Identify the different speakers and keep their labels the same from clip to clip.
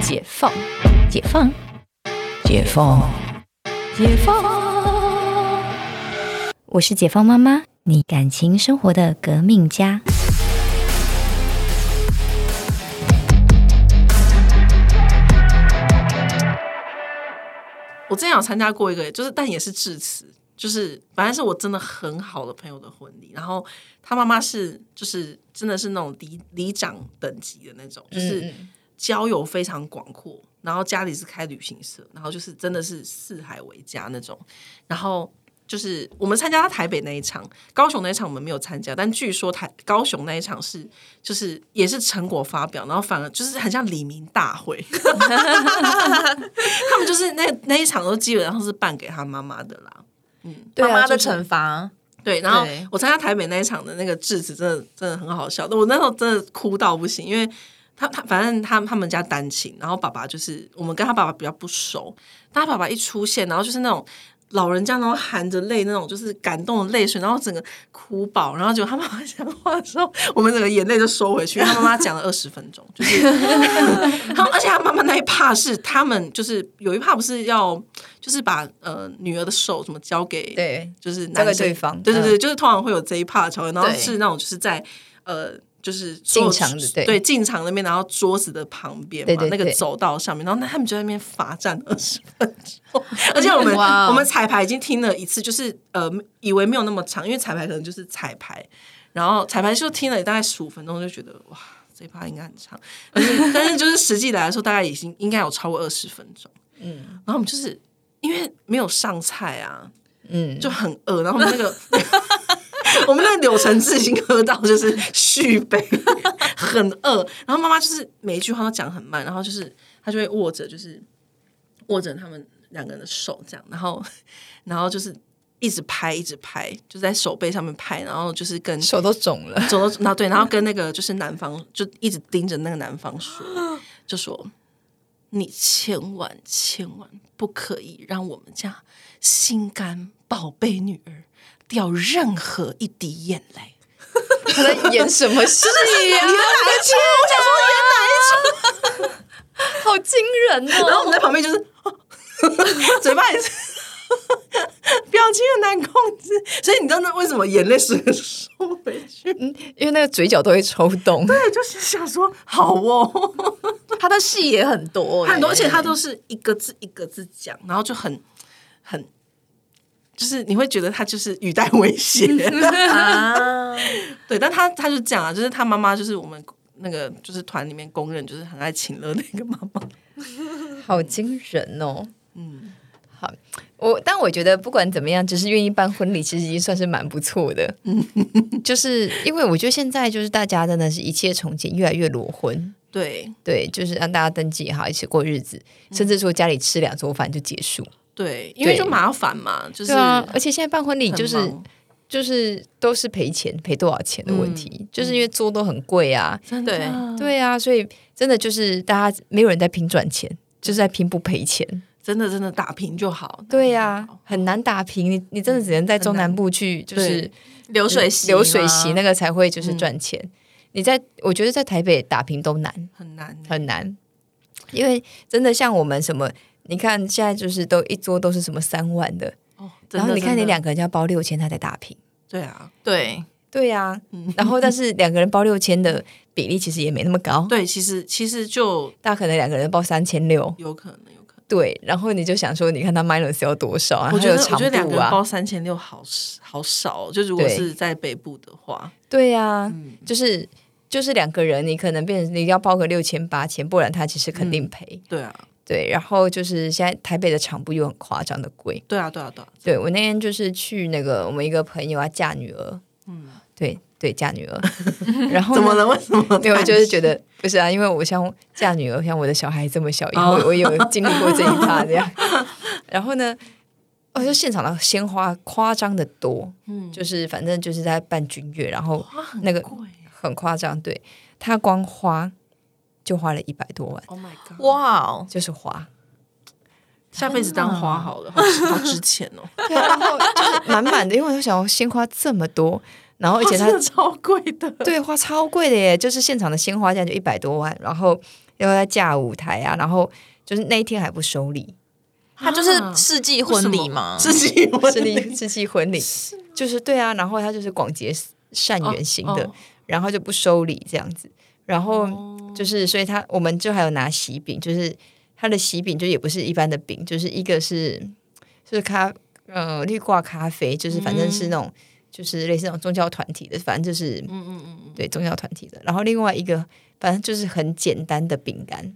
Speaker 1: 解放，解放，解放，解放。
Speaker 2: 我是解放妈妈，你感情生活的革命家。
Speaker 3: 我之前有参加过一个，就是但也是致辞，就是反正是我真的很好的朋友的婚礼，然后他妈妈是就是真的是那种里里长等级的那种，就是交友非常广阔，然后家里是开旅行社，然后就是真的是四海为家那种，然后。就是我们参加他台北那一场，高雄那一场我们没有参加，但据说台高雄那一场是就是也是成果发表，然后反而就是很像李明大会，他们就是那那一场都基本上是办给他妈妈的啦。
Speaker 4: 妈妈的
Speaker 3: 就是
Speaker 4: 惩罚，
Speaker 3: 对，然后
Speaker 4: 对
Speaker 3: 我参加台北那一场的那个致辞，真的真的很好笑。我那时候真的哭到不行，因为他他反正他他们家单亲，然后爸爸就是我们跟他爸爸比较不熟，但他爸爸一出现，然后就是那种老人家，然后含着泪那种，就是感动的泪水，然后整个哭爆，然后结果他妈妈讲话的时候， 我们整个眼泪就收回去。因为他妈妈讲了二十分钟，就是 他，而且他妈妈那一趴是他们就是有一趴不是要就是把呃女儿的手什么交给
Speaker 4: 对，
Speaker 3: 就是
Speaker 4: 交
Speaker 3: 男
Speaker 4: 给
Speaker 3: 生
Speaker 4: 对方
Speaker 3: 对对
Speaker 4: 嗯
Speaker 3: 对，就是通常会有这一 part 的桥段，然后
Speaker 4: 对
Speaker 3: 是那种就是在呃，就是所
Speaker 4: 进
Speaker 3: 有
Speaker 4: 场的对
Speaker 3: 对进场那边，然后桌子的旁边嘛，
Speaker 4: 对对
Speaker 3: 那个
Speaker 4: 对
Speaker 3: 走道上面，然后那他们就在那边罚站二十分 钟，而且我们
Speaker 4: 哇哦
Speaker 3: 我们彩排已经听了一次，就是呃以为没有那么长，因为彩排可能就是彩排，然后彩排就听了大概十五分钟，就觉得哇。这一趴应该很长，但是但是就是实际来说，大概已经应该有超过二十分钟。嗯，然后我们就是因为没有上菜啊，
Speaker 4: 嗯，
Speaker 3: 就很饿，然后我们那个我们那个柳橙汁已经喝到就是续杯，很饿。然后妈妈就是每一句话都讲很慢，然后就是她就会握着就是握着他们两个人的手这样，然后然后就是一直拍一直拍，就在手背上面拍，然后就是跟
Speaker 4: 手都肿 了，
Speaker 3: 走到那对，然后跟那个就是男方就一直盯着那个男方 说，就说你千万千万不可以让我们家心肝宝贝女儿掉任何一滴眼泪。哎
Speaker 4: 他在演什么戏啊呀？我的 天，我想说演哪一出？好惊人
Speaker 3: 然后我
Speaker 4: 哦！
Speaker 3: 们在旁边就是，嘴巴也是， 表情很难控制。所以你知道那为什么眼泪是收回去？
Speaker 4: 嗯因为那个嘴角都会抽动，
Speaker 3: 对，就是想说好哦。
Speaker 4: 他的戏也很多欸
Speaker 3: 很多，而且 他都是一个字一个字讲，然后就很很，就是你会觉得他就是语带 威胁，
Speaker 4: 啊，
Speaker 3: 对，但他他就这样啊，就是他妈妈就是我们那个就是团里面公认就是很爱请乐的一个妈妈，
Speaker 4: 好惊人哦。
Speaker 3: 嗯
Speaker 4: 好，我但我觉得不管怎么样，就是愿意办婚礼，其实已经算是蛮不错 的。就是因为我觉得现在就是大家真的是一切从简，越来越裸婚。
Speaker 3: 对
Speaker 4: 对，就是让大家登记也好，一起过日子，
Speaker 3: 嗯
Speaker 4: 甚至说家里吃两桌饭就结束。
Speaker 3: 对，因为
Speaker 4: 对
Speaker 3: 就麻烦嘛，就是
Speaker 4: 对啊，而且现在办婚礼
Speaker 3: 很
Speaker 4: 就是
Speaker 3: 忙
Speaker 4: 就是都是赔钱，赔多少钱的问题，
Speaker 3: 嗯
Speaker 4: 就是因为桌都很贵啊，
Speaker 3: 真的
Speaker 4: 对对啊，所以真的就是大家没有人在拼赚钱，就是在拼不赔钱。
Speaker 3: 真的真的打平就好，
Speaker 4: 对啊
Speaker 3: 呀
Speaker 4: 呀、很难打平，你你真的只能在中南部去，就是
Speaker 3: 对
Speaker 4: 流
Speaker 3: 流水席
Speaker 4: 流水席
Speaker 3: 嘛
Speaker 4: 那个才会就是赚钱。你在我觉得在台北打平都难，
Speaker 3: 很难欸，
Speaker 4: 很难，因为真的像我们什么，你看现在就是都一桌都是什么三万的，
Speaker 3: 哦真
Speaker 4: 然后
Speaker 3: 的
Speaker 4: 你看你
Speaker 3: 真的
Speaker 4: 两个人要包六千，他才打平。
Speaker 3: 对啊，
Speaker 4: 对对呀、然后但是两个人包六千的比例其实也没那么高，
Speaker 3: 对，其实其实就
Speaker 4: 大家可能两个人包三千六，
Speaker 3: 有可能有可能。对
Speaker 4: 对，然后你就想说，你看他 minus 要多少啊？
Speaker 3: 我觉得
Speaker 4: 还有
Speaker 3: 我觉得两
Speaker 4: 长
Speaker 3: 个
Speaker 4: 度
Speaker 3: 人包
Speaker 4: 啊，
Speaker 3: 三千六好好少、哦，就如果
Speaker 4: 对
Speaker 3: 是在北部的话，
Speaker 4: 对呀、就是就是两个人，你可能变成你要包个六千八千，不然他其实肯定赔。
Speaker 3: 对啊，
Speaker 4: 对，然后就是现在台北的场部又很夸张的贵。
Speaker 3: 对啊，对啊，对啊，
Speaker 4: 对我那天就是去那个我们一个朋友啊嫁女儿，嗯，对对嫁女儿，然后呢
Speaker 3: 怎么了？为什么？
Speaker 4: 没有，就是觉得不是啊，因为我像嫁女儿，像我的小孩这么小，以后
Speaker 3: 哦
Speaker 4: 我有经历过这一趴这样。然后呢，我就现场的鲜花夸张的多，嗯，就是反正就是在办军乐，然后那个
Speaker 3: 贵
Speaker 4: 很夸张，对，他光花就花了一百多万，
Speaker 3: ，Oh my god！哇，
Speaker 4: 哇哦，就是花，
Speaker 3: 下辈子当花好了，好值好值钱哦，
Speaker 4: 对啊，然后就是满满的，因为我就想鲜花这么多，然后而 且
Speaker 3: 哇
Speaker 4: 他
Speaker 3: 真的超贵的，
Speaker 4: 对，花超贵的耶，就是现场的鲜花价就一百多万，然后然后在架舞台啊，然后就是那一天还不收礼，
Speaker 5: 他就是
Speaker 3: 啊
Speaker 5: 世纪婚礼嘛，
Speaker 3: 自己
Speaker 4: 是
Speaker 3: 婚
Speaker 4: 礼
Speaker 3: 礼
Speaker 4: 是系婚礼，就是对啊，然后他就是广结善缘型的，
Speaker 3: 哦
Speaker 4: 然后就不收礼这样子，然后就是所以他我们就还有拿喜饼，就是他的喜饼就也不是一般的饼，就是一个是就是咖呃绿挂咖啡，就是反正是那种、就是类似那种宗教团体的，反正就是嗯嗯嗯对宗教团体的，然后另外一个反正就是很简单的饼干，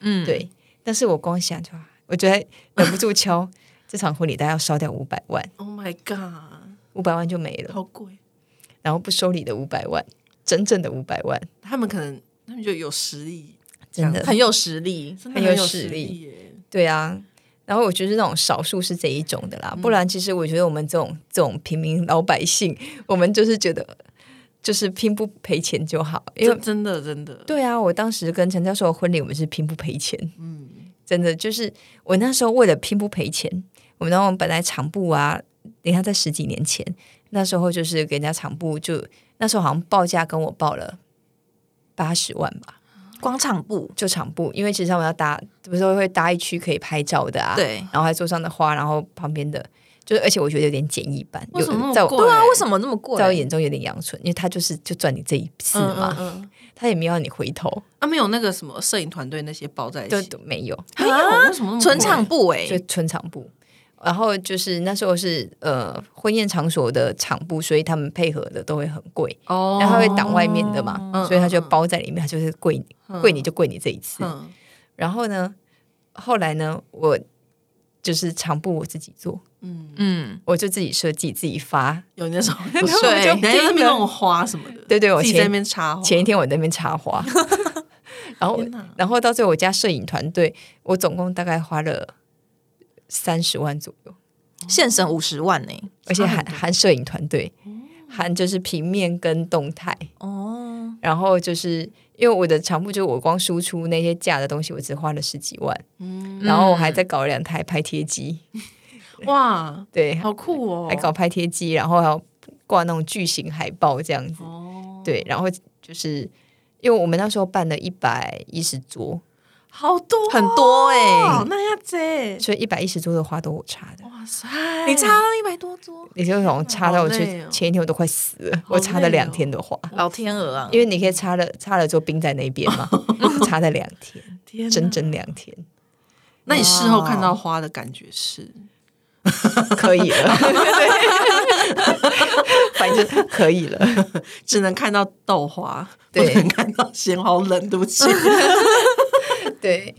Speaker 5: 嗯，，
Speaker 4: 对，但是我光想就我觉得忍不住 敲这场婚礼大概要烧掉五百万。
Speaker 3: ，Oh my god，
Speaker 4: 五百万就没了，
Speaker 3: 好贵！
Speaker 4: 然后不收礼的五百万，真正的五百万，
Speaker 3: 他们可能他们就有实力，
Speaker 4: 真
Speaker 3: 这
Speaker 4: 的
Speaker 5: 很有实力，
Speaker 3: 真的
Speaker 4: 很
Speaker 3: 很
Speaker 4: 有
Speaker 3: 有
Speaker 4: 实
Speaker 3: 实
Speaker 4: 力
Speaker 3: 力耶。
Speaker 4: 对啊。然后我觉得那种少数是这一种的啦，不然其实我觉得我们这种这种平民老百姓，我们就是觉得就是拼不赔钱就好，因
Speaker 3: 因
Speaker 4: 为
Speaker 3: 为真的真的，
Speaker 4: 对啊，我当时跟陈教授的婚礼，我们是拼不赔钱。嗯，真的就是我那时候为了拼不赔钱，我们那种本来厂部啊，你看在十几年前，那时候就是给人家厂部就那时候好像报价跟我报了八十万吧，
Speaker 5: 广场布，
Speaker 4: 就厂部，因为其实他们要搭，不是会搭一区可以拍照的啊，，
Speaker 5: 对，
Speaker 4: 然后还桌上的花，然后旁边的就是，而且我觉得有点简易版，
Speaker 3: 为什么
Speaker 4: 有
Speaker 3: 那
Speaker 4: 在
Speaker 3: 么
Speaker 4: 我
Speaker 3: 贵？
Speaker 5: 对啊，为什么那么贵？
Speaker 4: 在我眼中有点阳春，因为他就是就赚你这一次
Speaker 3: 嗯
Speaker 4: 嘛，
Speaker 3: 嗯嗯，
Speaker 4: 他也没有让你回头，
Speaker 3: 啊，没有那个什么摄影团队那些包在一
Speaker 4: 就
Speaker 3: 起，
Speaker 4: 都没有。
Speaker 3: 没
Speaker 4: 啊
Speaker 3: 有，为什么那么贵
Speaker 5: 纯场布哎、
Speaker 4: 就纯场部。然后就是那时候是呃婚宴场所的场部，所以他们配合的都会很贵，
Speaker 3: 哦，
Speaker 4: 然后他会挡外面的嘛，
Speaker 3: 嗯
Speaker 4: 所以他就包在里面，他就是贵你、贵你就贵你这一次。
Speaker 3: 嗯，
Speaker 4: 然后呢，后来呢，我就是场部我自己做，
Speaker 5: 嗯，
Speaker 4: 我就自己设计自己发。
Speaker 3: 有 那种
Speaker 4: 然后我
Speaker 5: 睡
Speaker 4: 就
Speaker 3: 人家在那
Speaker 4: 拼
Speaker 3: 边
Speaker 4: 了
Speaker 3: 弄花什么的，
Speaker 4: 对对，我
Speaker 3: 自己在
Speaker 4: 前
Speaker 3: 那边插花，
Speaker 4: 前一天我在那边插 花，然后
Speaker 3: 天哪
Speaker 4: 然后到最后我家摄影团队，我总共大概花了三十万左右。
Speaker 5: 现省五十万呢、
Speaker 4: 而且
Speaker 3: 啊差很
Speaker 4: 含
Speaker 3: 多哦
Speaker 4: 含摄影团队，含就是平面跟动态，
Speaker 5: 哦，
Speaker 4: 然后就是因为我的长部就是我光输出那些假的东西，我只花了十几万，
Speaker 3: 嗯
Speaker 4: 然后我还在搞两台拍贴机，
Speaker 3: 哇，
Speaker 4: 对，
Speaker 3: 好酷哦，
Speaker 4: 还搞拍贴机，然后还要挂那种巨型海报这样子，
Speaker 3: 哦，
Speaker 4: 对，然后就是因为我们那时候办了一百一十桌，
Speaker 3: 好多哦
Speaker 5: 很多哎、
Speaker 3: 那要这，
Speaker 4: 所以一百一十桌的花都我插的。
Speaker 3: 哇塞，
Speaker 5: 你差了一百多 桌，
Speaker 4: 也就是那种插到我去
Speaker 3: 好累哦
Speaker 4: 前一天我都快死了，我插了两天的花，
Speaker 5: 老天鹅
Speaker 3: 哦
Speaker 5: 啊！
Speaker 4: 因为你可以插了插了之后冰在那边嘛，插了两天，
Speaker 3: 天哪
Speaker 4: 整整两天，
Speaker 3: 那你事后看到花的感觉是，
Speaker 4: 可以了， 反正就是可以了。
Speaker 3: 只能看到豆花，不
Speaker 4: 对
Speaker 3: 能看到鲜花，我冷，对 不起，
Speaker 4: 对，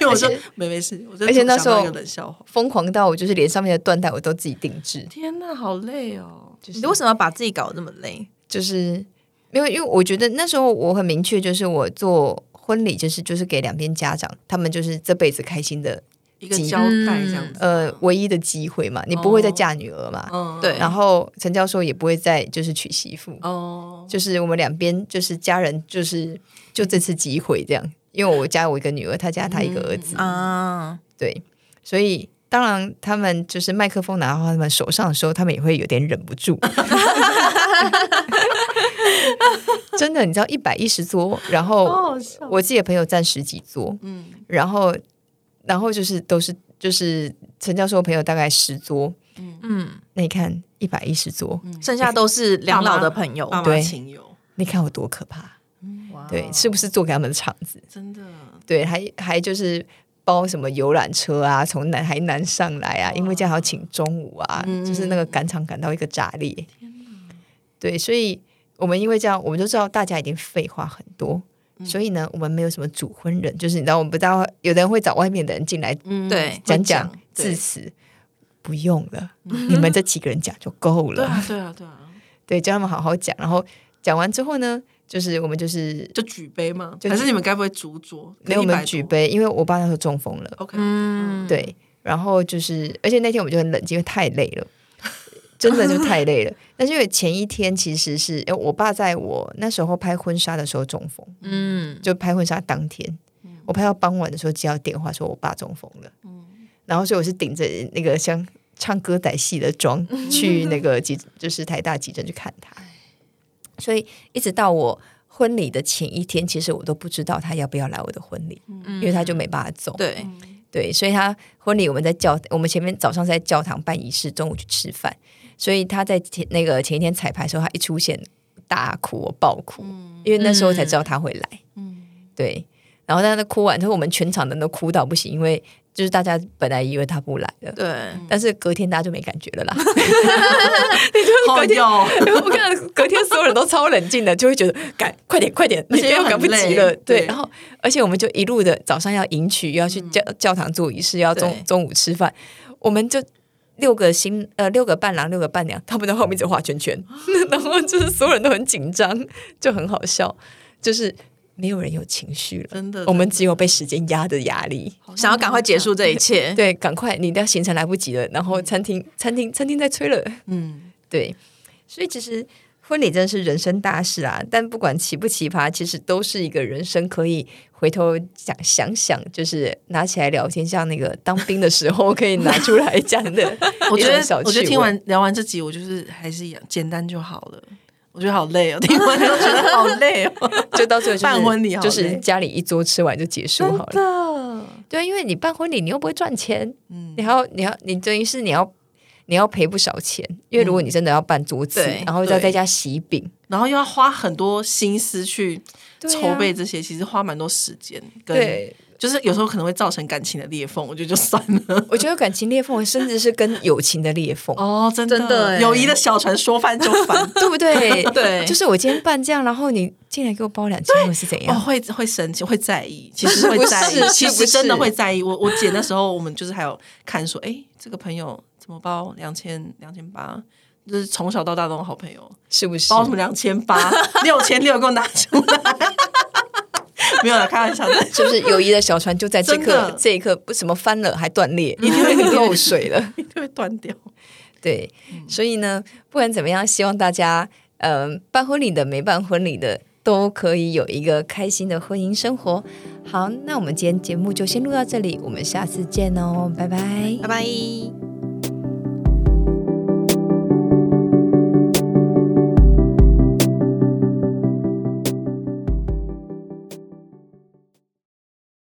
Speaker 3: 因为我
Speaker 4: 而
Speaker 3: 就
Speaker 4: 且
Speaker 3: 没没事，我就
Speaker 4: 而且那
Speaker 3: 想
Speaker 4: 时
Speaker 3: 到
Speaker 4: 候
Speaker 3: 一个冷笑话，
Speaker 4: 疯狂到我就是连上面的缎带我都自己定制，
Speaker 3: 天哪，好累哦，
Speaker 4: 就是
Speaker 5: 你为什么要把自己搞得那么累？
Speaker 4: 就是因为因为我觉得那时候我很明确，就是我做婚礼就是就是给两边家长，他们就是这辈子开心的
Speaker 3: 一个
Speaker 4: 几
Speaker 3: 交代这样子，
Speaker 4: 呃唯一的机会嘛，你不会再嫁女儿嘛，
Speaker 3: 嗯，
Speaker 5: 对
Speaker 4: 然后陈教授也不会再就是娶媳妇，
Speaker 3: 哦，
Speaker 4: 就是我们两边就是家人就是就这次机会这样，因为我家我一个女儿，他家他一个儿
Speaker 3: 嗯
Speaker 4: 子，
Speaker 5: 啊，
Speaker 4: 对，所以当然他们就是麦克风拿到他们手上的时候，他们也会有点忍不住。 真的，你知道一百一十桌，然后
Speaker 3: 好笑，
Speaker 4: 我自己的朋友占十几桌，
Speaker 3: 嗯
Speaker 4: 然后然后就是都是就是陈教授的朋友大概十桌，
Speaker 5: 嗯，
Speaker 4: 那你看一百一十桌，
Speaker 3: 嗯
Speaker 5: 剩下都是两老的朋友，
Speaker 3: 爸妈
Speaker 4: 对
Speaker 3: 情友，
Speaker 4: 你看有多可怕？
Speaker 3: 哦
Speaker 5: 哇
Speaker 4: 对，是不是做给他们的场子？
Speaker 3: 真的，
Speaker 4: 对，还还就是包什么游览车啊，从南海南上来啊，因为这样还要请中午啊，
Speaker 3: 嗯
Speaker 4: 就是那个赶场赶到一个炸裂。对，所以我们因为这样，我们就知道大家已经废话很多。
Speaker 3: 嗯
Speaker 4: 所以呢，我们没有什么主婚人，就是你知道，我们不知道有的人会找外面的人进来
Speaker 3: 嗯，
Speaker 5: 对
Speaker 4: 讲
Speaker 5: 讲
Speaker 4: 讲
Speaker 3: 对嗯
Speaker 4: 致辞，不用了， 你们这几个人讲就够
Speaker 3: 对
Speaker 4: 了。
Speaker 3: 啊，对啊，对啊，
Speaker 4: 对，叫他们好好讲，然后讲完之后呢，就是我们就是
Speaker 3: 就举杯吗？
Speaker 4: 就举
Speaker 3: 还是你们该不会竹桌？
Speaker 4: 没有我
Speaker 3: 100
Speaker 4: 们
Speaker 3: 桌
Speaker 4: 举杯，因为我爸那时候中风了。
Speaker 3: ，OK，
Speaker 5: 嗯，
Speaker 4: 对，然后就是，而且那天我们就很冷静，因为太累了， 真的就太累了。 但是因为前一天其实是，因为我爸在我那时候拍婚纱的时候中风，
Speaker 5: 嗯，
Speaker 4: 就拍婚纱当天，我拍到傍晚的时候接到电话说我爸中风了，
Speaker 5: 嗯
Speaker 4: 然后所以我是顶着那个像唱歌仔戏的 妆去那个急，就是台大急诊去看他，所以一直到我。婚礼的前一天，其实我都不知道他要不要来我的婚礼，因为他就没办法走。
Speaker 5: 嗯对，
Speaker 4: 对，所以他婚礼我们在教，我们前面早上是在教堂办仪式，中午去吃饭，所以他在前那个前一天彩排的时候，他一出现大哭，我爆哭，因为那时候才知道他会来，
Speaker 3: 嗯
Speaker 4: 对，然后但他哭完之后，我们全场人都哭到不行，因为就是大家本来以为他不来了，
Speaker 5: 对，
Speaker 4: 但是隔天大家就没感觉了啦，
Speaker 3: 好有，
Speaker 4: 我看隔天所有人都超冷静的，就会觉得赶快点快点，你不要赶不及了。
Speaker 3: 对嗯
Speaker 4: 对，然后而且我们就一路的早上要迎娶，又要去教、教堂做仪式，又要中
Speaker 5: 对
Speaker 4: 中午吃饭，我们就。六个新呃六个伴郎六个伴娘，他们在后面一直画圈 圈，然后就是所有人都很紧张，就很好笑，就是没有人有情绪了，
Speaker 3: 真的
Speaker 4: 我们只有被时间压的压力。
Speaker 5: 想要赶快结束这一切，
Speaker 4: 对，赶快，你的行程来不及了，然后餐厅餐厅餐厅在催了，
Speaker 3: 嗯，。
Speaker 4: 对，所以其实婚礼真的是人生大事啊，但不管奇不奇葩，其实都是一个人生可以回头想想想，就是拿起来聊天，像那个当兵的时候可以拿出来讲 的
Speaker 3: 我觉
Speaker 4: 一种小
Speaker 3: 得，
Speaker 4: 趣
Speaker 3: 我觉得听
Speaker 4: 味
Speaker 3: 完聊完这集，我就是还是一样简单就好了。我觉得好 累哦，听完就觉得好累哦。
Speaker 4: 就到最后就是
Speaker 3: 办婚礼好
Speaker 4: 就是
Speaker 3: 累
Speaker 4: 家里一桌吃完就结束好了。
Speaker 3: 的，
Speaker 4: 对，因为你办婚礼，你又不会赚钱，你还要你要你等于是你要你要赔不少钱，因为如果你真的要办桌子，
Speaker 5: 对
Speaker 4: 然后再
Speaker 5: 对
Speaker 4: 在家洗饼，
Speaker 3: 然后又要花很多心思去
Speaker 4: 对啊
Speaker 3: 筹备这些，其实花蛮多时间，跟
Speaker 4: 对，
Speaker 3: 就是有时候可能会造成感情的裂缝，我觉得就算 了。
Speaker 4: 我觉得感情裂缝甚至是跟友情的裂缝。
Speaker 3: 哦，真
Speaker 5: 真的 欸
Speaker 3: 友谊的小船说翻就
Speaker 4: 。
Speaker 3: 翻
Speaker 4: 对不对？
Speaker 5: 对
Speaker 4: 就是我今天办这样，然后你竟然给我包两千，我是怎
Speaker 3: 哦，
Speaker 4: 样？
Speaker 3: 会会生气，会在 意，其实会在
Speaker 4: 哎是
Speaker 3: 意
Speaker 4: 不，是
Speaker 3: 其
Speaker 4: 是不
Speaker 3: 实
Speaker 4: 是
Speaker 3: 真的会在意。我我姐那时候，我们就是还有看说，哎，这个朋友怎么包两千两千八，就是从小到大都是好朋友，
Speaker 4: 是不是？
Speaker 3: 包什么两千八、六千六给我拿出来， 没有啦，开玩笑的。
Speaker 4: 是不是友谊的小船就在这一
Speaker 3: 真
Speaker 4: 刻
Speaker 3: 的，
Speaker 4: 这一刻不什么翻了还断裂，
Speaker 3: 一定会
Speaker 4: 漏水 了。
Speaker 3: 一定会断掉。
Speaker 4: 对，所以呢，不管怎么样，希望大家，嗯、办婚礼的、没办婚礼的，都可以有一个开心的婚姻生活。好，那我们今天节目就先录到这里，我们下次见哦，拜拜
Speaker 5: 拜拜。